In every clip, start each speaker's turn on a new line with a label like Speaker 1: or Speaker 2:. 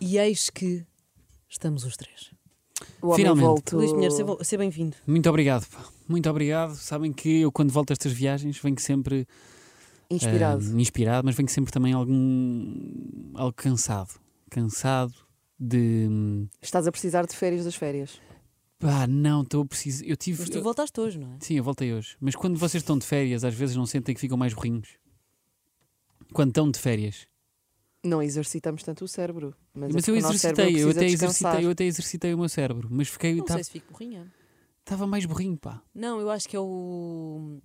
Speaker 1: E eis que estamos os três.
Speaker 2: O homem
Speaker 3: Finalmente.
Speaker 2: volto.
Speaker 4: Luís Pinheiro, seja bom- seja bem-vindo.
Speaker 3: Muito obrigado, pá. Muito obrigado. Sabem que eu, quando volto a estas viagens, venho sempre
Speaker 2: Inspirado.
Speaker 3: ah, inspirado, mas venho sempre também algum. algo cansado. Cansado de.
Speaker 2: Estás a precisar de férias das férias.
Speaker 3: pá, não, estou preciso. Eu tive.
Speaker 4: Mas tu voltaste hoje, não é?
Speaker 3: Sim, eu voltei hoje. Mas quando vocês estão de férias, às vezes não sentem que ficam mais burrinhos. Quando estão de férias.
Speaker 2: Não exercitamos tanto o cérebro. Mas, é
Speaker 3: Mas
Speaker 2: porque
Speaker 3: eu
Speaker 2: o nosso cérebro
Speaker 3: exercitei, eu
Speaker 2: precisa
Speaker 3: até
Speaker 2: descansar.
Speaker 3: exercitei, eu até exercitei o meu cérebro, mas fiquei.
Speaker 4: Não sei se fico morrinha.
Speaker 3: Estava mais burrinho, pá.
Speaker 4: Não, eu acho que é o.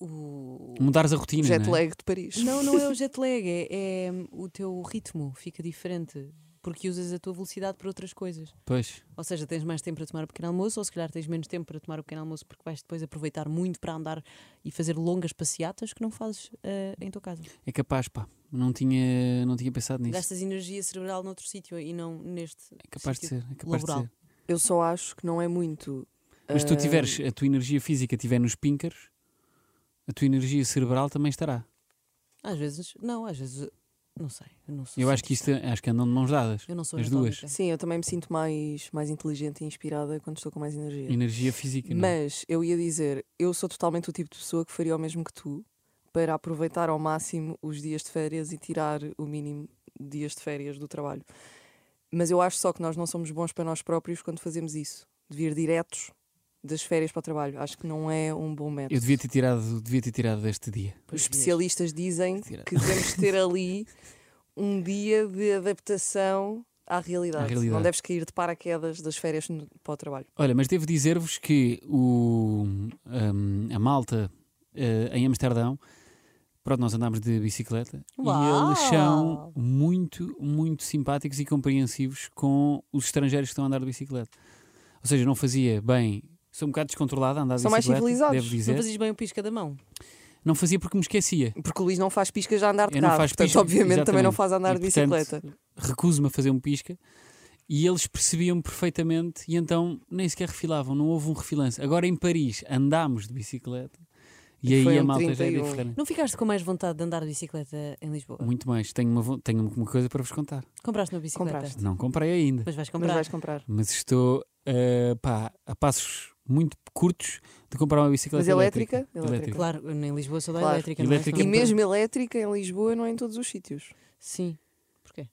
Speaker 4: O.
Speaker 3: Mudares a
Speaker 2: O
Speaker 3: rotina.
Speaker 2: jet
Speaker 3: não é?
Speaker 2: lag de Paris.
Speaker 4: Não, não é o jet lag, é, é o teu ritmo fica diferente porque usas a tua velocidade para outras coisas.
Speaker 3: Pois.
Speaker 4: Ou seja, tens mais tempo para tomar o pequeno almoço, ou se calhar tens menos tempo para tomar o pequeno almoço porque vais depois aproveitar muito para andar e fazer longas passeatas que não fazes eh, em tua casa.
Speaker 3: É capaz, pá. Não tinha, não tinha pensado nisso.
Speaker 4: Gastas energia cerebral noutro sítio e não neste.
Speaker 3: É capaz de
Speaker 4: sítio.
Speaker 3: ser, é capaz
Speaker 4: laboral.
Speaker 3: de ser.
Speaker 2: Eu só acho que não é muito.
Speaker 3: Mas se tu
Speaker 2: ah,
Speaker 3: tiveres, a tua energia física estiver nos píncaros, a tua energia cerebral também estará.
Speaker 4: Às vezes, não, às vezes, não sei. Eu, não sou
Speaker 3: Eu acho que
Speaker 4: cientista.
Speaker 3: isto, acho que andam de mãos dadas.
Speaker 4: Eu não sou
Speaker 3: as duas.
Speaker 4: anatómica.
Speaker 2: Sim, eu também me sinto mais, mais inteligente e inspirada quando estou com mais energia.
Speaker 3: Energia física, não é?
Speaker 2: Mas eu ia dizer, eu sou totalmente o tipo de pessoa que faria o mesmo que tu para aproveitar ao máximo os dias de férias e tirar o mínimo de dias de férias do trabalho. Mas eu acho só que nós não somos bons para nós próprios quando fazemos isso, de vir diretos das férias para o trabalho. Acho que não é um bom método.
Speaker 3: Eu devia ter tirado, devia ter tirado deste dia.
Speaker 2: Os especialistas dizem
Speaker 3: Tira.
Speaker 2: que devemos ter ali um dia de adaptação à realidade.
Speaker 3: À realidade.
Speaker 2: Não deves cair de paraquedas das férias no- para o trabalho.
Speaker 3: Olha, mas devo dizer-vos que o, hum, a malta eh, em Amsterdão, pronto, nós andámos de bicicleta e
Speaker 4: Uau!
Speaker 3: eles são muito, muito simpáticos e compreensivos com os estrangeiros que estão a andar de bicicleta. Ou seja, não fazia bem. Sou um bocado descontrolada a andar de
Speaker 2: São mais
Speaker 3: bicicleta,
Speaker 2: civilizados.
Speaker 3: devo dizer.
Speaker 4: Não fazes bem o pisca da mão.
Speaker 3: Não fazia porque me esquecia.
Speaker 2: Porque o Luís não faz pisca já andar de
Speaker 3: Eu não
Speaker 2: carro.
Speaker 3: faço
Speaker 2: Portanto,
Speaker 3: pisca,
Speaker 2: obviamente, também não
Speaker 3: exatamente.
Speaker 2: faz andar
Speaker 3: E,
Speaker 2: de
Speaker 3: portanto,
Speaker 2: bicicleta.
Speaker 3: Recuso-me a fazer um pisca. E eles percebiam perfeitamente e então nem sequer refilavam, não houve um refilance. Agora em Paris andámos de bicicleta e,
Speaker 2: E
Speaker 3: aí
Speaker 2: foi
Speaker 3: a
Speaker 2: um
Speaker 3: malta já é
Speaker 2: 31.
Speaker 3: diferente.
Speaker 4: Não ficaste com mais vontade de andar de bicicleta em Lisboa?
Speaker 3: Muito mais. Tenho uma, vo- tenho uma coisa para vos contar.
Speaker 4: Compraste uma bicicleta?
Speaker 2: Compraste.
Speaker 3: Não comprei ainda,
Speaker 4: Mas vais
Speaker 2: Mas
Speaker 4: comprar.
Speaker 2: vais comprar.
Speaker 3: mas é estou eh, pá, a passos muito curtos de comprar uma bicicleta
Speaker 2: Mas elétrica? Elétrica.
Speaker 4: Claro, em Lisboa só dá
Speaker 2: Claro.
Speaker 4: elétrica.
Speaker 3: Elétrica
Speaker 4: não é?
Speaker 2: E
Speaker 3: Comprar.
Speaker 2: mesmo elétrica em Lisboa não é em todos os sítios.
Speaker 4: Sim. Porquê?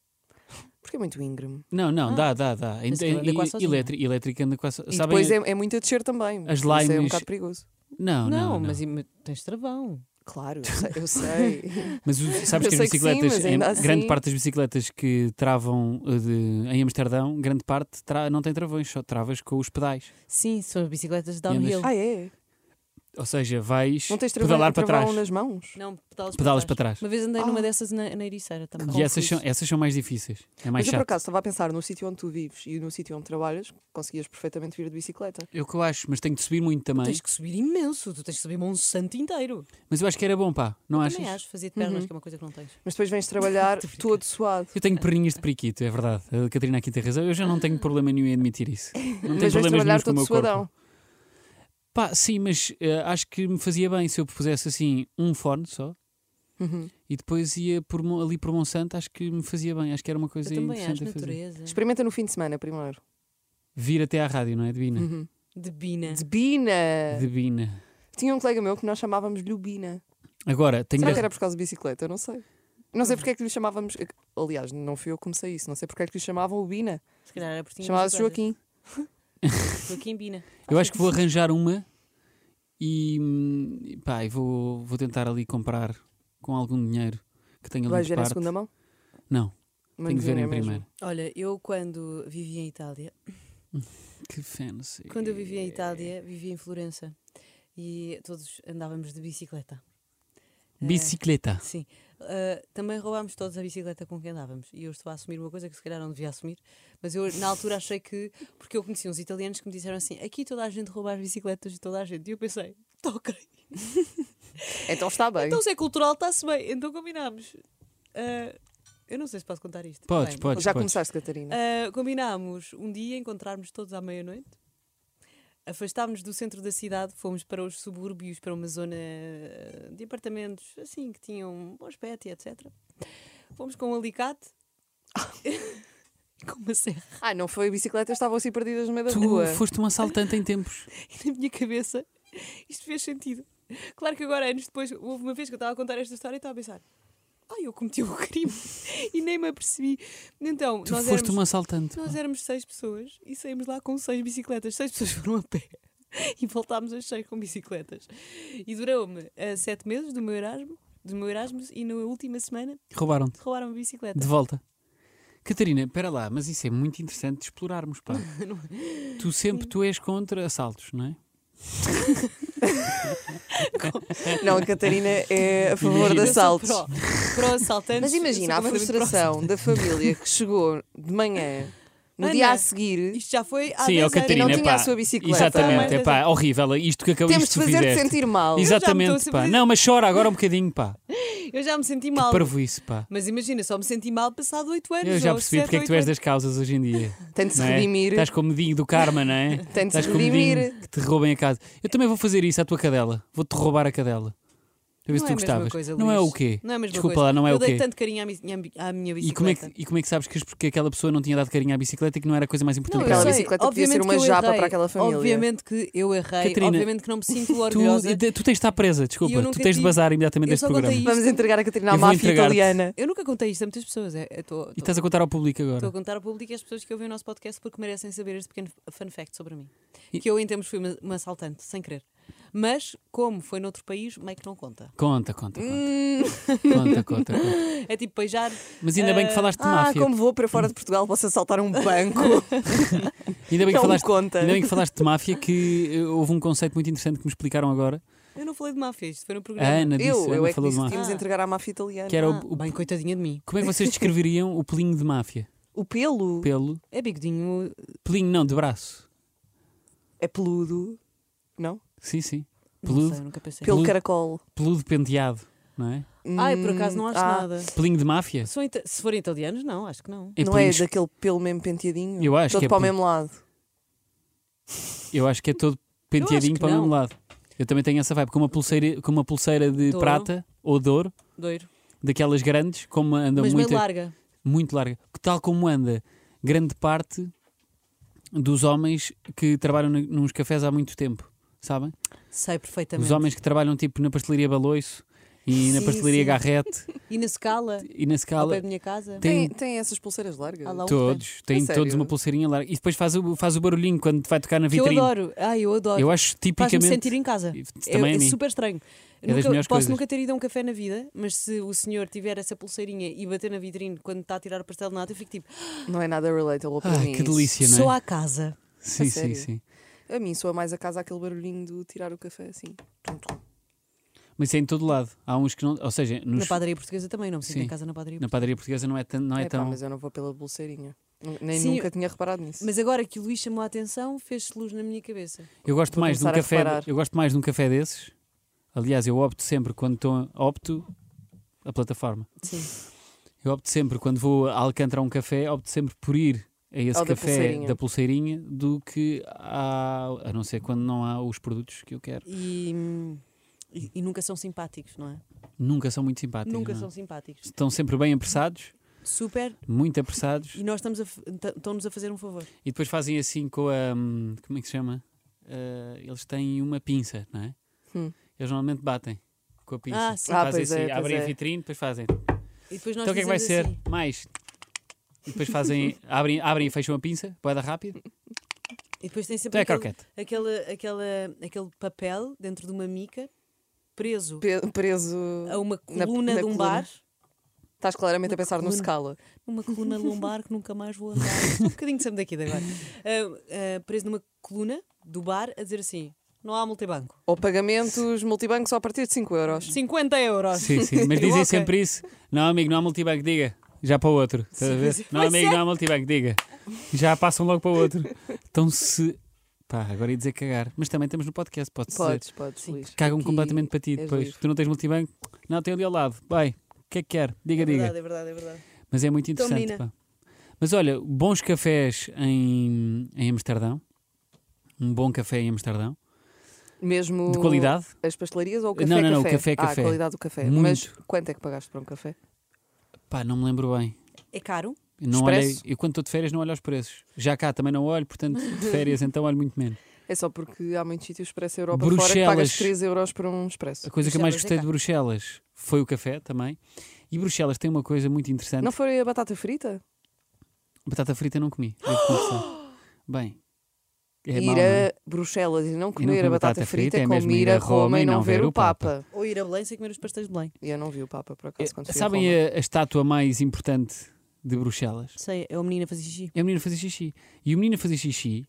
Speaker 2: Porque é muito íngreme.
Speaker 3: Não, não,
Speaker 4: Ah.
Speaker 3: dá, dá, dá. Ent-
Speaker 4: aquilo anda
Speaker 3: e-
Speaker 4: quase sozinho.
Speaker 3: elétrica, elétrica anda quase.
Speaker 2: E
Speaker 3: sabem-
Speaker 2: depois é, é muito a descer também.
Speaker 3: As
Speaker 2: por isso é um
Speaker 3: limes-
Speaker 2: bocado perigoso.
Speaker 3: Não, não, não.
Speaker 4: mas im- tens travão.
Speaker 2: Claro, eu sei. Eu sei.
Speaker 3: Mas o- sabes
Speaker 2: Eu
Speaker 3: que as
Speaker 2: sei que sim,
Speaker 3: bicicletas,
Speaker 2: mas
Speaker 3: em-
Speaker 2: ainda assim-
Speaker 3: grande parte das bicicletas que travam eh, de- em Amsterdão, grande parte tra- não tem travões, só travas com os pedais.
Speaker 4: Sim, são as bicicletas de
Speaker 3: andas-
Speaker 4: downhill.
Speaker 2: ah, é?
Speaker 3: Ou seja, vais
Speaker 2: Não tens trava-
Speaker 3: pedalar para
Speaker 2: travão
Speaker 3: trás.
Speaker 2: nas mãos?
Speaker 4: Não, pedalas,
Speaker 3: Pedalas
Speaker 4: para
Speaker 3: para
Speaker 4: trás.
Speaker 3: trás.
Speaker 4: Uma vez andei
Speaker 2: Ah.
Speaker 4: numa dessas na, na Ericeira também.
Speaker 3: E essas são, essas são mais difíceis. É mais
Speaker 2: Mas eu,
Speaker 3: chato.
Speaker 2: por acaso, estava a pensar no sítio onde tu vives e no sítio onde trabalhas, conseguias perfeitamente vir de bicicleta.
Speaker 3: Eu É que eu acho, mas tenho de subir muito também.
Speaker 4: Tens que subir imenso, tu tens que subir Monsanto inteiro.
Speaker 3: Mas eu acho que era bom, pá. Não
Speaker 4: Também
Speaker 3: achas?
Speaker 4: acho, fazia de pernas,
Speaker 2: Uhum.
Speaker 4: que é uma coisa que não tens.
Speaker 2: Mas depois vens trabalhar
Speaker 4: Estou a brincar.
Speaker 2: todo suado.
Speaker 3: Eu tenho perninhas de periquito, é verdade. A Catarina aqui tem razão. Eu já não tenho problema nenhum em admitir isso. Não tenho
Speaker 2: Mas
Speaker 3: problemas
Speaker 2: vais
Speaker 3: nenhum
Speaker 2: trabalhar
Speaker 3: com o
Speaker 2: todo
Speaker 3: meu corpo.
Speaker 2: suadão.
Speaker 3: Pá, sim, mas eh, acho que me fazia bem se eu pusesse assim um fone só
Speaker 2: Uhum.
Speaker 3: e depois ia por, Mon- ali por Monsanto. Acho que me fazia bem. Acho que era uma coisa
Speaker 4: Eu também
Speaker 3: é
Speaker 4: acho,
Speaker 3: interessante a fazer.
Speaker 4: natureza.
Speaker 2: Experimenta no fim de semana primeiro.
Speaker 3: Vir até à rádio, não é? De Bina.
Speaker 2: Uhum.
Speaker 4: De Bina.
Speaker 2: De
Speaker 4: Hum.
Speaker 2: Bina!
Speaker 3: De Bina.
Speaker 2: Tinha um colega meu que nós chamávamos Lubina.
Speaker 3: Agora, tenho
Speaker 2: Será
Speaker 3: de-
Speaker 2: que era por causa de bicicleta? Eu não sei. Não sei porque é que lhe chamávamos. Aliás, não fui eu que comecei isso. Não sei porque é que lhe chamavam o Bina.
Speaker 4: Se calhar era por ti.
Speaker 2: Chamava-se Joaquim.
Speaker 4: Joaquim Bina.
Speaker 3: Eu acho que vou arranjar uma e hum, pá, e vou, vou tentar ali comprar com algum dinheiro que tenho ali
Speaker 2: Vais
Speaker 3: de
Speaker 2: ver em
Speaker 3: parte.
Speaker 2: segunda mão?
Speaker 3: Não, tenho de ver
Speaker 2: Manozinho
Speaker 3: em
Speaker 2: mesmo.
Speaker 3: primeiro.
Speaker 4: Olha, eu quando vivi em Itália,
Speaker 3: Que fancy.
Speaker 4: Quando eu vivia em Itália, vivia em Florença e todos andávamos de bicicleta. Eh,
Speaker 3: Bicicleta.
Speaker 4: sim. Eh, também roubámos todos a bicicleta com quem andávamos. E eu estou a assumir uma coisa que se calhar não devia assumir, mas eu na altura achei que. Porque eu conheci uns italianos que me disseram assim: aqui toda a gente rouba as bicicletas de toda a gente. E eu pensei: "Tá ok.
Speaker 2: Então está bem.
Speaker 4: Então se é cultural, está-se bem. Então combinámos. Eh, eu não sei se posso contar isto.
Speaker 3: Podes,
Speaker 4: Bem,
Speaker 3: podes.
Speaker 2: Já começaste, Catarina.
Speaker 4: Uh, combinámos um dia encontrarmos todos à meia-noite. Afastámos do centro da cidade, fomos para os subúrbios, para uma zona uh, de apartamentos, assim, que tinham um bom aspecto e etc. Fomos com um alicate com uma serra.
Speaker 2: Ah, não foi bicicletas, estavam assim perdidas no meio da rua.
Speaker 3: Tu foste um assaltante em tempos.
Speaker 4: E na minha cabeça isto fez sentido. Claro que agora, anos depois, houve uma vez que eu estava a contar esta história e estava a pensar: ai, eu cometi um crime e nem me apercebi. Então,
Speaker 3: Tu
Speaker 4: nós,
Speaker 3: foste
Speaker 4: éramos,
Speaker 3: um assaltante.
Speaker 4: nós
Speaker 3: pá.
Speaker 4: éramos seis pessoas e saímos lá com seis bicicletas. Seis pessoas foram a pé e voltámos às seis com bicicletas. E durou-me eh, sete meses do meu Erasmus. Do meu Erasmus e na última semana
Speaker 3: Roubaram-te.
Speaker 4: roubaram a bicicleta.
Speaker 3: De volta. Catarina, espera lá, mas isso é muito interessante de explorarmos, pá. tu sempre tu és contra assaltos, não é?
Speaker 2: Não, a Catarina é a favor de
Speaker 3: Imagina.
Speaker 4: Eu sou
Speaker 2: assaltos.
Speaker 4: pró- Pró-assaltantes.
Speaker 2: Mas
Speaker 4: eu
Speaker 2: imagina a
Speaker 4: sou completamente
Speaker 2: frustração da família que chegou de manhã, no
Speaker 4: Ana,
Speaker 2: dia a
Speaker 4: pró-
Speaker 2: seguir,
Speaker 4: Isto já foi há
Speaker 3: Sim,
Speaker 4: 10
Speaker 3: é o
Speaker 4: anos.
Speaker 3: Catarina,
Speaker 2: não tinha
Speaker 3: pá.
Speaker 2: a sua bicicleta.
Speaker 3: Exatamente,
Speaker 4: Ah,
Speaker 3: é pá, horrível. é Isto que acabaste
Speaker 2: temos de
Speaker 3: tu
Speaker 2: fazer-te
Speaker 3: fizeste.
Speaker 2: sentir mal.
Speaker 4: Exato.
Speaker 3: Exatamente,
Speaker 4: estou a
Speaker 3: pá.
Speaker 4: sentir-
Speaker 3: Não, mas chora agora um bocadinho, pá.
Speaker 4: é? Eu já me senti
Speaker 3: Que
Speaker 4: mal.
Speaker 3: parvoíce, pá.
Speaker 4: Mas imagina, só me senti mal passado 8 anos.
Speaker 3: Eu já
Speaker 4: ou
Speaker 3: percebi
Speaker 4: sete,
Speaker 3: porque é que tu
Speaker 4: oito
Speaker 3: és
Speaker 4: anos.
Speaker 3: das causas hoje em dia.
Speaker 2: Tem de se
Speaker 3: não é?
Speaker 2: redimir.
Speaker 3: Estás com medinho do karma, não é?
Speaker 2: Tem de se
Speaker 3: Estás com medinho
Speaker 2: redimir.
Speaker 3: que te roubem a casa. Eu também vou fazer isso à tua cadela. Vou-te roubar a cadela. Para ver se
Speaker 4: Não
Speaker 3: tu
Speaker 4: é a mesma
Speaker 3: gostavas.
Speaker 4: coisa,
Speaker 3: não é
Speaker 4: Luís.
Speaker 3: o quê?
Speaker 4: Não é a mesma
Speaker 3: Desculpa
Speaker 4: coisa.
Speaker 3: lá, não é
Speaker 4: eu
Speaker 3: o quê?
Speaker 4: dei tanto carinho à mi- à mi- à minha bicicleta.
Speaker 3: E como, é que, e como é que sabes que, as- que aquela pessoa não tinha dado carinho à bicicleta e que não era a coisa mais
Speaker 4: Não,
Speaker 3: importante
Speaker 4: eu
Speaker 3: para
Speaker 2: aquela
Speaker 3: ela?
Speaker 4: sei,
Speaker 2: bicicleta podia ser
Speaker 4: obviamente
Speaker 2: uma
Speaker 4: que eu
Speaker 2: japa
Speaker 4: errei,
Speaker 2: para aquela família.
Speaker 4: Obviamente que eu errei.
Speaker 3: Catarina,
Speaker 4: obviamente que não me sinto é orgulhosa.
Speaker 3: Tu, tu tens de estar presa, desculpa.
Speaker 4: eu
Speaker 3: Tu
Speaker 4: nunca
Speaker 3: tens de
Speaker 4: tive-
Speaker 3: bazar imediatamente
Speaker 4: eu
Speaker 3: deste
Speaker 4: só contei
Speaker 3: programa.
Speaker 4: isto.
Speaker 2: Vamos entregar a Catarina à
Speaker 3: Eu vou
Speaker 2: máfia
Speaker 3: entregar-te.
Speaker 2: italiana.
Speaker 4: Eu nunca contei isto a muitas pessoas. é- eu tô-
Speaker 3: E
Speaker 4: tô-
Speaker 3: estás a contar ao público
Speaker 4: Estou
Speaker 3: agora.
Speaker 4: a contar ao público e às pessoas que ouvem o nosso podcast porque merecem saber este pequeno fun fact sobre mim.
Speaker 3: E-
Speaker 4: Que eu, em termos, fui uma, uma assaltante, sem querer. Mas, como foi noutro país, meio que não conta.
Speaker 3: Conta, conta, conta.
Speaker 2: Hum,
Speaker 3: conta, conta, conta.
Speaker 4: É tipo beijar.
Speaker 3: Mas ainda bem que
Speaker 4: Eh,
Speaker 3: falaste de
Speaker 2: ah,
Speaker 3: máfia.
Speaker 2: como vou para fora de Portugal, posso assaltar um banco.
Speaker 3: Ainda bem que
Speaker 2: Não me
Speaker 3: falaste.
Speaker 2: conta.
Speaker 3: Ainda bem que falaste de máfia, que eh, houve um conceito muito interessante que me explicaram agora.
Speaker 4: Eu não falei de máfia, isto foi no
Speaker 3: A
Speaker 4: programa.
Speaker 3: Ana disse,
Speaker 2: Eu,
Speaker 3: a
Speaker 2: eu
Speaker 3: Ana
Speaker 2: é que
Speaker 3: falou de
Speaker 2: disse que
Speaker 3: máfia.
Speaker 2: tínhamos de entregar à máfia italiana.
Speaker 3: Que era o,
Speaker 4: Ah,
Speaker 3: o-
Speaker 4: Bem, coitadinha de mim.
Speaker 3: como é que vocês descreveriam o pelinho de máfia?
Speaker 2: O pelo
Speaker 3: Pelo.
Speaker 4: É bigodinho.
Speaker 3: Pelinho não, de braço.
Speaker 2: é peludo, não?
Speaker 3: Sim, sim.
Speaker 4: Não
Speaker 3: Peludo,
Speaker 4: sei, nunca pensei.
Speaker 3: É
Speaker 2: Pelo
Speaker 3: Peludo.
Speaker 2: caracol.
Speaker 3: peludo penteado, não é?
Speaker 4: Ai, por acaso não acho
Speaker 2: Ah,
Speaker 4: nada.
Speaker 3: Pelinho de máfia?
Speaker 4: São ita- Se forem italianos, não, acho que não.
Speaker 3: É
Speaker 2: não é
Speaker 3: pelinho es-
Speaker 2: daquele pelo mesmo penteadinho?
Speaker 3: Eu acho
Speaker 2: Todo
Speaker 3: que é
Speaker 2: para o
Speaker 3: pelo-
Speaker 2: mesmo lado.
Speaker 3: Eu acho que é todo penteadinho
Speaker 4: que
Speaker 3: para o mesmo
Speaker 4: não.
Speaker 3: lado. Eu também tenho essa vibe, com uma pulseira, com uma pulseira de
Speaker 4: De ouro.
Speaker 3: prata ou de ouro,
Speaker 4: Doiro.
Speaker 3: daquelas grandes, como anda
Speaker 4: Mas
Speaker 3: muito,
Speaker 4: meio larga.
Speaker 3: muito larga. Que Tal como anda grande parte dos homens que trabalham na- nos cafés há muito tempo, sabem?
Speaker 4: Sei perfeitamente.
Speaker 3: Os homens que trabalham tipo na pastelaria Baloiço e na
Speaker 4: Sim,
Speaker 3: pastelaria
Speaker 4: sim.
Speaker 3: Garrete
Speaker 4: E na escala,
Speaker 3: e na
Speaker 4: ao pé
Speaker 3: Scala.
Speaker 4: da minha casa.
Speaker 3: Tem, Ah,
Speaker 2: Tem, tem essas pulseiras largas?
Speaker 4: Há lá um
Speaker 3: todos,
Speaker 2: A
Speaker 3: tem
Speaker 2: sério?
Speaker 3: todos uma pulseirinha larga. E depois faz o, faz o barulhinho quando vai tocar na
Speaker 4: Que eu
Speaker 3: vitrine.
Speaker 4: adoro. Ai, eu adoro.
Speaker 3: Eu acho
Speaker 4: Faz-me
Speaker 3: tipicamente.
Speaker 4: sentir em casa.
Speaker 3: E-
Speaker 4: É,
Speaker 3: Também
Speaker 4: é
Speaker 3: a mim.
Speaker 4: super estranho.
Speaker 3: É das
Speaker 4: Nunca-
Speaker 3: melhores
Speaker 4: posso
Speaker 3: coisas.
Speaker 4: nunca ter ido a um café na vida, mas se o senhor tiver essa pulseirinha e bater na vitrine quando está a tirar o pastel de nata, eu fico tipo,
Speaker 2: Não é nada relatable para
Speaker 3: Ah,
Speaker 2: mim.
Speaker 3: que
Speaker 2: isso.
Speaker 3: delícia,
Speaker 4: sou
Speaker 3: não é?
Speaker 4: à casa.
Speaker 3: Sim, sim,
Speaker 2: sério.
Speaker 3: sim.
Speaker 2: A mim soa mais a casa aquele barulhinho do tirar o café assim. Tum, tum.
Speaker 3: Mas isso é em todo lado. Há uns que não. Ou seja, nos-
Speaker 4: Na padaria portuguesa também, não me sinto
Speaker 3: Sim.
Speaker 4: em casa na padaria
Speaker 3: na padaria portuguesa não é, tan- não é,
Speaker 2: Epá,
Speaker 3: tão.
Speaker 2: mas eu não vou pela pulseirinha. N- Nem
Speaker 4: Sim,
Speaker 2: nunca tinha reparado nisso.
Speaker 4: Mas agora que o Luís chamou a atenção, fez-se luz na minha cabeça.
Speaker 3: Eu gosto
Speaker 2: Vou
Speaker 3: mais de um
Speaker 2: começar a
Speaker 3: café.
Speaker 2: reparar.
Speaker 3: Eu gosto mais de um café desses. Aliás, eu opto sempre quando estou. Opto a plataforma.
Speaker 4: Sim.
Speaker 3: Eu opto sempre quando vou a Alcântara a um café, opto sempre por ir a esse
Speaker 2: Ao da
Speaker 3: café
Speaker 2: pulseirinha.
Speaker 3: da pulseirinha do que a a não ser quando não há os produtos que eu quero.
Speaker 4: E, e- e nunca são simpáticos, não é?
Speaker 3: Nunca são muito simpáticos.
Speaker 4: nunca
Speaker 3: não é?
Speaker 4: são simpáticos.
Speaker 3: Estão sempre bem apressados,
Speaker 4: Super.
Speaker 3: muito apressados.
Speaker 4: E nós estamos a f- t- estão-nos a fazer um favor.
Speaker 3: E depois fazem assim com a. hum, Como é que se chama? Ah, eles têm uma pinça, não é?
Speaker 2: Hum.
Speaker 3: Eles normalmente batem com a pinça.
Speaker 4: Ah, sim.
Speaker 2: Ah,
Speaker 3: fazem
Speaker 2: pois é,
Speaker 3: assim,
Speaker 2: pois
Speaker 3: abrem a
Speaker 2: é.
Speaker 3: vitrine, depois fazem.
Speaker 4: E depois nós
Speaker 3: então o que é que vai ser?
Speaker 4: dizemos assim,
Speaker 3: Mais. E depois fazem. abrem, abrem e fecham a pinça, boeda rápida.
Speaker 4: E depois tem sempre
Speaker 3: Então é
Speaker 4: aquele,
Speaker 3: croquete.
Speaker 4: aquele, aquele, aquele papel dentro de uma mica preso
Speaker 2: Pe- preso.
Speaker 4: a uma
Speaker 2: Na-
Speaker 4: coluna
Speaker 2: na
Speaker 4: de um
Speaker 2: coluna.
Speaker 4: bar,
Speaker 2: Estás claramente a pensar no
Speaker 4: coluna.
Speaker 2: Scala.
Speaker 4: uma coluna lombar que nunca mais vou andar. Isto é um bocadinho de Sam daqui de agora. Ah, ah, preso numa coluna do bar a dizer assim: não há multibanco.
Speaker 2: Ou pagamentos multibanco só a partir de 5 euros.
Speaker 4: 50 euros.
Speaker 3: Sim, sim. Mas
Speaker 4: Oh. Eu,
Speaker 3: dizem
Speaker 4: ok.
Speaker 3: sempre isso. Não, amigo, não há multibanco, diga. Já para o outro. Estás a ver?
Speaker 4: sim.
Speaker 3: Não,
Speaker 4: Pois
Speaker 3: amigo,
Speaker 4: é.
Speaker 3: não há multibanco, diga. Já passam logo para o outro. Então se. Pá, agora ia dizer cagar. Mas também estamos no podcast, pode-se dizer.
Speaker 2: Podes, podes,
Speaker 4: Sim.
Speaker 2: Luís.
Speaker 3: Cagam
Speaker 2: Aqui
Speaker 3: completamente para
Speaker 4: É
Speaker 3: ti
Speaker 2: és
Speaker 3: depois.
Speaker 2: livre.
Speaker 3: Tu não tens multibanco? Não, tem ali ao lado. Vai, o que é que quer? Diga,
Speaker 4: é
Speaker 3: diga.
Speaker 4: verdade, é verdade, é verdade.
Speaker 3: Mas é muito
Speaker 4: Então,
Speaker 3: interessante.
Speaker 4: menina.
Speaker 3: pá. Mas olha, bons cafés em, em Amsterdão. Um bom café em Amsterdão.
Speaker 2: Mesmo
Speaker 3: De qualidade.
Speaker 2: as pastelarias ou o café?
Speaker 3: Não, não, não, o
Speaker 2: café?
Speaker 3: café,
Speaker 2: Ah,
Speaker 3: café.
Speaker 2: a qualidade do café.
Speaker 3: Muito.
Speaker 2: Mas quanto é que pagaste para um café?
Speaker 3: Pá, não me lembro bem.
Speaker 4: É caro?
Speaker 3: Eu Não olhei,
Speaker 2: Expresso.
Speaker 3: eu quando estou de férias não olho aos preços. Já cá também não olho, portanto, de férias então olho muito menos.
Speaker 2: É só porque há muitos sítios expresso Europa fora que
Speaker 3: Bruxelas.
Speaker 2: pagas 3 euros para um expresso.
Speaker 3: A coisa que eu mais
Speaker 4: Bruxelas é
Speaker 3: gostei de
Speaker 4: cá.
Speaker 3: Bruxelas foi o café também. E Bruxelas tem uma coisa muito interessante.
Speaker 2: Não foi a batata frita?
Speaker 3: Batata frita não comi. devo confessar. Bem, é
Speaker 2: ir
Speaker 3: mau, não é?
Speaker 2: a Bruxelas e não
Speaker 3: comer
Speaker 2: comer a batata, frita, é como ir a Roma e não ver o Papa.
Speaker 4: Ou ir a Belém sem comer os pastéis de Belém.
Speaker 2: E eu não vi o Papa, por
Speaker 3: Eh,
Speaker 2: acaso, quando fui a
Speaker 3: Sabem
Speaker 2: Roma.
Speaker 3: a, a estátua mais importante de Bruxelas?
Speaker 4: Sei, é o menino a fazer xixi.
Speaker 3: É o menino a fazer xixi. E o menino a fazer xixi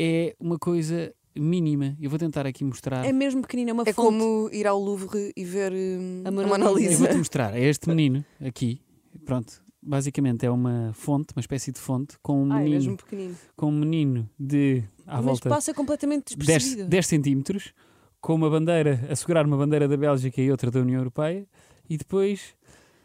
Speaker 3: é uma coisa mínima. Eu vou tentar aqui mostrar.
Speaker 4: É mesmo pequenino, é uma
Speaker 2: É
Speaker 4: fonte.
Speaker 2: como ir ao Louvre e ver hum,
Speaker 4: A
Speaker 2: a
Speaker 4: Mona
Speaker 2: Mona
Speaker 4: Lisa.
Speaker 3: Eu
Speaker 2: Lisa.
Speaker 3: vou-te mostrar. É este menino aqui. Pronto. Basicamente é uma fonte, uma espécie de fonte, com um
Speaker 2: Ah, é
Speaker 3: menino,
Speaker 2: mesmo pequenino.
Speaker 3: com um menino de à
Speaker 4: Mas
Speaker 3: volta
Speaker 4: passa completamente
Speaker 3: 10,
Speaker 4: despercebido.
Speaker 3: 10 centímetros, com uma bandeira, a segurar uma bandeira da Bélgica e outra da União Europeia, e depois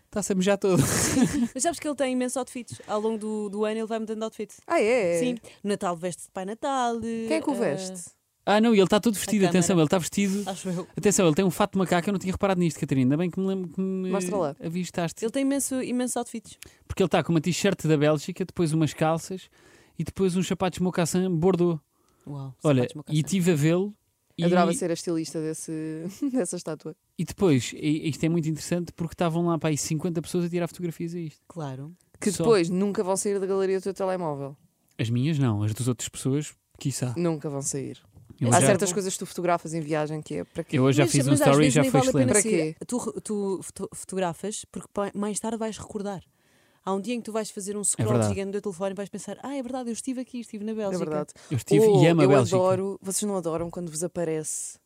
Speaker 3: está-se a mejar todo.
Speaker 4: Mas sabes que ele tem imensos outfits. Ao longo do, do ano ele vai mudando de outfit.
Speaker 2: Ah, é?
Speaker 4: Sim. No Natal veste de Pai Natal.
Speaker 2: Quem é que o
Speaker 4: Eh,
Speaker 2: veste?
Speaker 3: Ah, não, e ele está todo vestido,
Speaker 4: A câmara.
Speaker 3: atenção, ele está vestido.
Speaker 4: acho eu.
Speaker 3: Atenção, ele tem um fato de macaco, eu não tinha reparado nisto, Catarina. Ainda bem que me lembro que me
Speaker 2: Mostra lá.
Speaker 3: avistaste.
Speaker 4: Ele tem imenso, imensos outfits.
Speaker 3: Porque ele está com uma t-shirt da Bélgica, depois umas calças e depois uns sapatos mocassin bordô.
Speaker 4: Uau.
Speaker 3: Olha,
Speaker 4: sapatos
Speaker 3: e
Speaker 4: Mocassin.
Speaker 3: estive a vê-lo. E,
Speaker 2: Adorava ser a estilista desse, dessa estátua.
Speaker 3: e depois, e- isto é muito interessante porque estavam lá para aí 50 pessoas a tirar fotografias a isto.
Speaker 4: Claro.
Speaker 2: Que
Speaker 3: Só.
Speaker 2: depois nunca vão sair da galeria do teu telemóvel.
Speaker 3: As minhas não, as das outras pessoas, quiçá.
Speaker 2: Nunca vão sair.
Speaker 3: Eu
Speaker 2: Há
Speaker 3: já-
Speaker 2: certas coisas que tu fotografas em viagem que é para quê?
Speaker 3: Eu hoje já
Speaker 4: Mas-
Speaker 3: fiz um
Speaker 4: mas às
Speaker 3: story e
Speaker 4: vezes
Speaker 3: já
Speaker 4: nem
Speaker 3: foi
Speaker 4: vale a
Speaker 3: excelente.
Speaker 4: pena
Speaker 2: Para
Speaker 4: sair.
Speaker 2: quê?
Speaker 4: Tu, re- tu foto- fotografas porque pa- mais tarde vais recordar. Há um dia em que tu vais fazer um scroll
Speaker 3: verdade.
Speaker 4: gigante do teu telefone e vais pensar: Ah, é verdade, eu estive aqui, estive na
Speaker 2: É
Speaker 4: Bélgica. é
Speaker 2: verdade.
Speaker 3: Eu estive
Speaker 2: Ou
Speaker 3: e amo a
Speaker 2: Oh, eu
Speaker 3: Bélgica.
Speaker 2: adoro, vocês não adoram quando vos aparece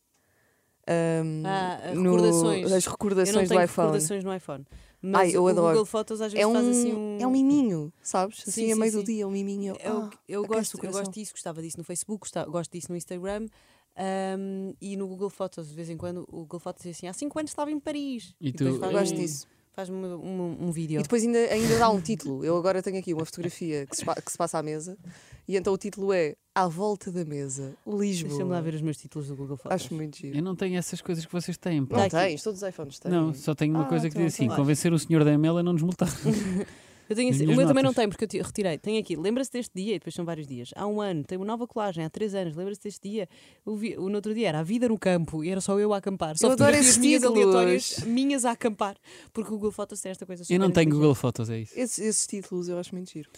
Speaker 2: hum,
Speaker 4: Ah,
Speaker 2: no-
Speaker 4: recordações.
Speaker 2: as
Speaker 4: Eu não
Speaker 2: recordações do
Speaker 4: tenho
Speaker 2: iPhone.
Speaker 4: recordações no iPhone. Mas
Speaker 2: Ai, eu
Speaker 4: o
Speaker 2: adoro.
Speaker 4: Google Fotos às vezes
Speaker 2: É um,
Speaker 4: faz assim um.
Speaker 2: é um miminho, sabes? Assim,
Speaker 4: Sim,
Speaker 2: a
Speaker 4: sim,
Speaker 2: meio
Speaker 4: sim. É
Speaker 2: do dia, um miminho.
Speaker 4: Eu,
Speaker 2: Ah,
Speaker 4: eu,
Speaker 2: aquece
Speaker 4: gosto,
Speaker 2: o
Speaker 4: eu
Speaker 2: coração.
Speaker 4: gosto disso, gostava disso no Facebook, gosta- gosto disso no Instagram ahm, e no Google Fotos. De vez em quando o Google Fotos diz assim: há 5 anos estava em Paris.
Speaker 3: E tu-
Speaker 4: depois
Speaker 2: eu
Speaker 4: faz-
Speaker 2: gosto disso.
Speaker 4: Faz-me um, um, um
Speaker 2: E
Speaker 4: vídeo.
Speaker 2: depois ainda, ainda dá um título. Eu agora tenho aqui uma fotografia que se, pa- que se passa à mesa e então o título é À Volta da Mesa, Lisboa.
Speaker 4: Deixa-me lá ver os meus títulos do Google Fotos.
Speaker 2: Acho muito giro.
Speaker 3: Eu não tenho essas coisas que vocês têm. pá.
Speaker 2: Não
Speaker 4: aqui.
Speaker 2: tens, todos os iPhones têm.
Speaker 3: é Não, só tenho uma
Speaker 2: Ah,
Speaker 3: coisa que
Speaker 2: então,
Speaker 3: diz assim:
Speaker 2: então.
Speaker 3: convencer o senhor da Amela a não nos multar.
Speaker 4: Eu tenho
Speaker 3: As
Speaker 4: assim- o meu
Speaker 3: minhas
Speaker 4: também não
Speaker 3: notas.
Speaker 4: tem, porque eu ti- retirei. Tenho aqui, lembra-se deste dia, e depois são vários dias. Há um ano, tem uma nova colagem, há três anos, lembra-se deste dia. O, vi, o no outro dia era a vida no campo e era só eu a acampar. Só
Speaker 2: Eu adoro
Speaker 4: fotografias
Speaker 2: esses
Speaker 4: minhas
Speaker 2: títulos.
Speaker 4: aleatórias, minhas a acampar, porque o Google Fotos tem esta coisa
Speaker 3: Eu não
Speaker 4: super
Speaker 3: tenho
Speaker 4: inteligente.
Speaker 3: Google Fotos, é isso.
Speaker 2: Esses, esses títulos eu acho muito giro.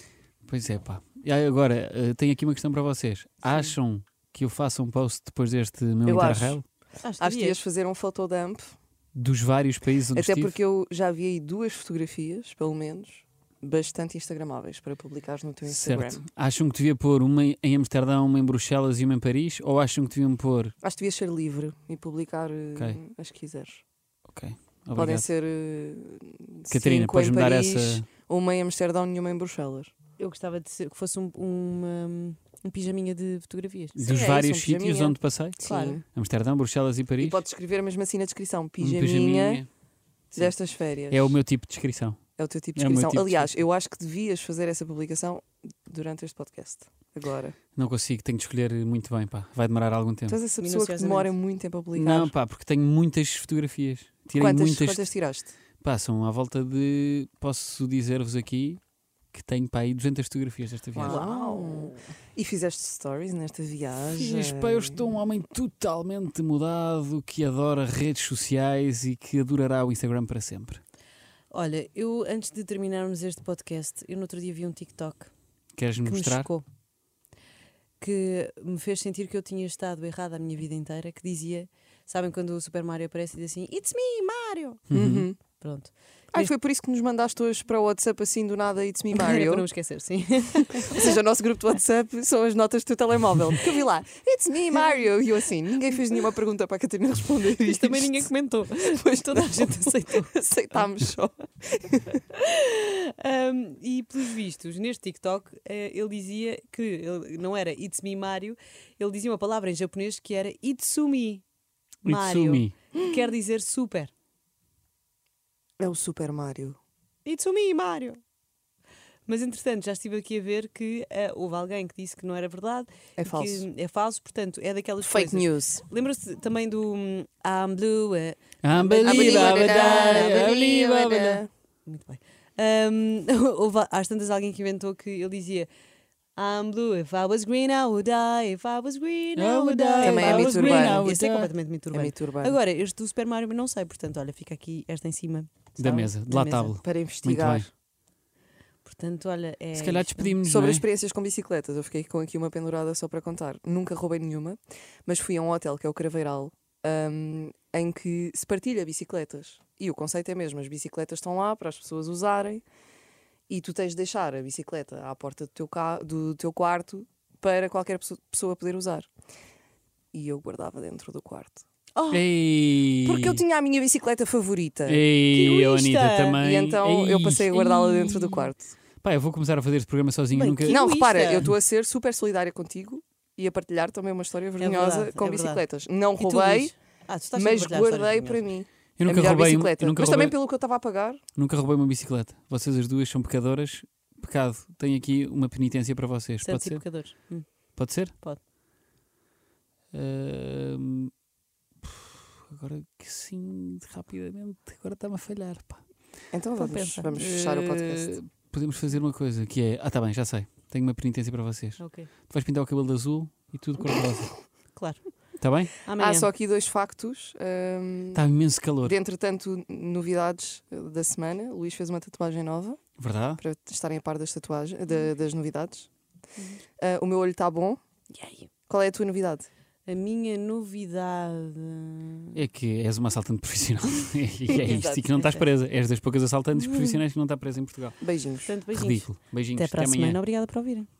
Speaker 3: Pois é, pá. E aí agora, eh, tenho aqui uma questão para vocês. Acham que eu faça um post depois deste meu
Speaker 2: Eu acho.
Speaker 3: interrail?
Speaker 4: Acho,
Speaker 2: Acho que
Speaker 4: que
Speaker 2: ias fazer um photodump,
Speaker 3: Dos vários países onde
Speaker 2: até
Speaker 3: estive?
Speaker 2: porque eu já vi aí duas fotografias, pelo menos, bastante instagramáveis para publicares no teu Instagram.
Speaker 3: Certo. Acham que devia pôr uma em em Amsterdão, uma em Bruxelas e uma em Paris? Ou acham que deviam pôr.
Speaker 2: Acho que devias ser livre e publicar eh,
Speaker 3: Ok.
Speaker 2: as que quiseres. Podem
Speaker 3: Obrigado.
Speaker 2: ser. eh,
Speaker 3: Catarina,
Speaker 2: cinco em
Speaker 3: podes-me dar
Speaker 2: Paris,
Speaker 3: essa.
Speaker 2: Uma em Amsterdão e uma em Bruxelas.
Speaker 4: Eu gostava de ser- que fosse um, um, um, um pijaminha de fotografias.
Speaker 2: Sim, é
Speaker 3: Dos
Speaker 2: isso,
Speaker 3: vários
Speaker 2: um
Speaker 3: sítios
Speaker 2: pijaminha.
Speaker 3: onde passei?
Speaker 4: Claro.
Speaker 2: Sim.
Speaker 3: Amsterdão, Bruxelas e Paris?
Speaker 2: E podes escrever mesmo assim na descrição:
Speaker 3: Um
Speaker 2: pijaminha,
Speaker 3: Sim.
Speaker 2: destas férias.
Speaker 3: É o meu tipo de descrição.
Speaker 2: É o teu tipo de
Speaker 3: É o meu
Speaker 2: descrição.
Speaker 3: tipo de
Speaker 2: Aliás, eu acho que devias fazer essa publicação durante este podcast. Agora.
Speaker 3: Não consigo, tenho de escolher muito bem, pá. Vai demorar algum
Speaker 2: Tu
Speaker 3: tempo.
Speaker 2: és essa pessoa que demora muito tempo a publicar.
Speaker 3: É. Não, pá, porque tenho muitas fotografias. Tirei
Speaker 2: quantas,
Speaker 3: muitas.
Speaker 2: quantas tiraste?
Speaker 3: Passam à volta de. Posso dizer-vos aqui que tenho para aí 200 fotografias desta viagem.
Speaker 2: Uau! E fizeste stories nesta viagem?
Speaker 3: Fiz, pá, eu estou um homem totalmente mudado que adora redes sociais e que adorará o Instagram para sempre.
Speaker 4: Olha, eu antes de terminarmos este podcast, eu no outro dia vi um TikTok
Speaker 3: Queres-me
Speaker 4: que me
Speaker 3: mostrar?
Speaker 4: chocou. Que me fez sentir que eu tinha estado errada a minha vida inteira, que dizia, sabem quando o Super Mario aparece e diz assim, It's me, Mario!
Speaker 3: Uhum.
Speaker 2: Uhum.
Speaker 4: Pronto.
Speaker 2: Ai, foi por isso que nos mandaste hoje para o WhatsApp assim do nada It's
Speaker 3: É
Speaker 2: Me
Speaker 4: Para não
Speaker 2: Mario.
Speaker 4: me esquecer, sim.
Speaker 2: Ou seja, o nosso grupo de WhatsApp são as notas do teu telemóvel. Que eu vi lá, It's Me Mario. E eu assim, ninguém fez nenhuma pergunta para a Catarina responder.
Speaker 4: Mas
Speaker 2: Isto
Speaker 4: também ninguém comentou. Pois toda a gente aceitou.
Speaker 2: aceitámos só.
Speaker 4: Ahm, e pelos vistos, neste TikTok, eh, ele dizia que ele não era It's me Mario, ele dizia uma palavra em japonês que era Itsumi Mario,
Speaker 3: Itsumi.
Speaker 4: que quer dizer super.
Speaker 2: É o Super Mario.
Speaker 4: Itsumi Mario! Mas entretanto, já estive aqui a ver que eh, houve alguém que disse que não era verdade.
Speaker 2: É
Speaker 4: que
Speaker 2: falso.
Speaker 4: é falso, portanto, é daquelas
Speaker 2: Fake
Speaker 4: coisas.
Speaker 2: news.
Speaker 4: Lembra-se também do hum, I'm blue. eh,
Speaker 3: Unbelievable,
Speaker 4: Unbelievable,
Speaker 3: unbelievable.
Speaker 4: Muito bem. Um, houve a- às tantas alguém que inventou que ele dizia I'm blue, if I was green I would die, if I was green I would die.
Speaker 2: Também
Speaker 4: if
Speaker 2: é
Speaker 4: I
Speaker 2: mito
Speaker 4: was green,
Speaker 2: urbano.
Speaker 4: I would
Speaker 3: Isso é
Speaker 4: die."
Speaker 3: completamente
Speaker 4: É mito
Speaker 2: É mito urbano.
Speaker 4: Agora, este do Super Mario, mas não sei, portanto, olha, fica aqui esta em cima.
Speaker 3: da
Speaker 4: sabe?
Speaker 3: mesa, de
Speaker 4: Da
Speaker 3: lá
Speaker 4: mesa.
Speaker 3: tábua.
Speaker 2: para investigar
Speaker 3: bem.
Speaker 4: Portanto, olha, é
Speaker 3: Se calhar
Speaker 4: isto.
Speaker 3: despedimos
Speaker 2: sobre
Speaker 3: não é?
Speaker 2: experiências com bicicletas. Eu fiquei com aqui uma pendurada só para contar. Nunca roubei nenhuma, mas fui a um hotel que é o Craveiral, hum, em que se partilha bicicletas. E o conceito é mesmo: as bicicletas estão lá para as pessoas usarem e tu tens de deixar a bicicleta à porta do teu, ca- do teu quarto para qualquer pesso- pessoa poder usar. E eu guardava dentro do quarto.
Speaker 4: Oh,
Speaker 3: Ei,
Speaker 2: Porque eu tinha a minha bicicleta favorita.
Speaker 3: Ei, eu,
Speaker 4: egoísta!
Speaker 3: Anitta, também.
Speaker 2: E então
Speaker 4: é
Speaker 2: eu
Speaker 3: Ei,
Speaker 2: passei a guardá-la
Speaker 3: ei.
Speaker 2: dentro do quarto.
Speaker 3: Pá, eu vou começar a fazer este programa sozinho.
Speaker 4: Bem,
Speaker 3: nunca...
Speaker 4: É que-
Speaker 2: Não,
Speaker 4: Egoísta.
Speaker 2: repara, eu estou a ser super solidária contigo e a partilhar também uma história vergonhosa
Speaker 4: verdade,
Speaker 2: com
Speaker 4: é verdade.
Speaker 2: bicicletas. Não
Speaker 4: e tu,
Speaker 2: roubei,
Speaker 4: Luís? Ah, tu estás sempre a
Speaker 2: mas
Speaker 4: partilhar histórias
Speaker 2: guardei para
Speaker 4: minhas.
Speaker 2: mim
Speaker 3: Eu
Speaker 2: a
Speaker 3: nunca
Speaker 2: É melhor
Speaker 3: roubei, um-
Speaker 2: bicicleta.
Speaker 3: eu nunca
Speaker 2: mas
Speaker 3: roubei,
Speaker 2: também pelo que eu estava a pagar.
Speaker 3: nunca roubei uma bicicleta. Vocês as duas são pecadoras. Pecado. Tenho aqui uma penitência para vocês.
Speaker 4: Santos
Speaker 3: Pode
Speaker 4: e
Speaker 3: ser?
Speaker 4: pecadores. Hum.
Speaker 3: Pode ser?
Speaker 4: Pode.
Speaker 3: Ahm, puf, agora que sim, rapidamente, agora está-me a falhar. Pá.
Speaker 2: Então vamos,
Speaker 4: Compensa.
Speaker 2: vamos fechar o podcast.
Speaker 3: Eh, podemos fazer uma coisa que é. Ah, tá bem, já sei. Tenho uma penitência para vocês.
Speaker 4: Ok,
Speaker 3: Tu vais pintar o cabelo de azul e tudo cor de rosa.
Speaker 4: claro.
Speaker 3: Está bem?
Speaker 4: Amanhã. Tá
Speaker 2: Há Ah, só aqui dois factos. hum,
Speaker 3: Está imenso calor.
Speaker 2: de entretanto, novidades eh, da semana. O Luís fez uma tatuagem nova
Speaker 3: Verdade?
Speaker 2: para estarem a par das tatuagens,
Speaker 4: Uhum.
Speaker 2: da- das novidades. Ah, o meu olho está bom.
Speaker 4: E aí?
Speaker 2: Qual é a tua novidade?
Speaker 4: A minha novidade.
Speaker 3: É que és uma assaltante profissional. e é isto.
Speaker 2: Exato.
Speaker 3: E que não estás presa. És das poucas assaltantes profissionais que não está presa em Portugal.
Speaker 2: Beijinhos.
Speaker 4: Portanto, beijinhos.
Speaker 3: Ridículo. Beijinhos.
Speaker 4: Até para a
Speaker 3: amanhã.
Speaker 4: semana. Obrigada por ouvirem.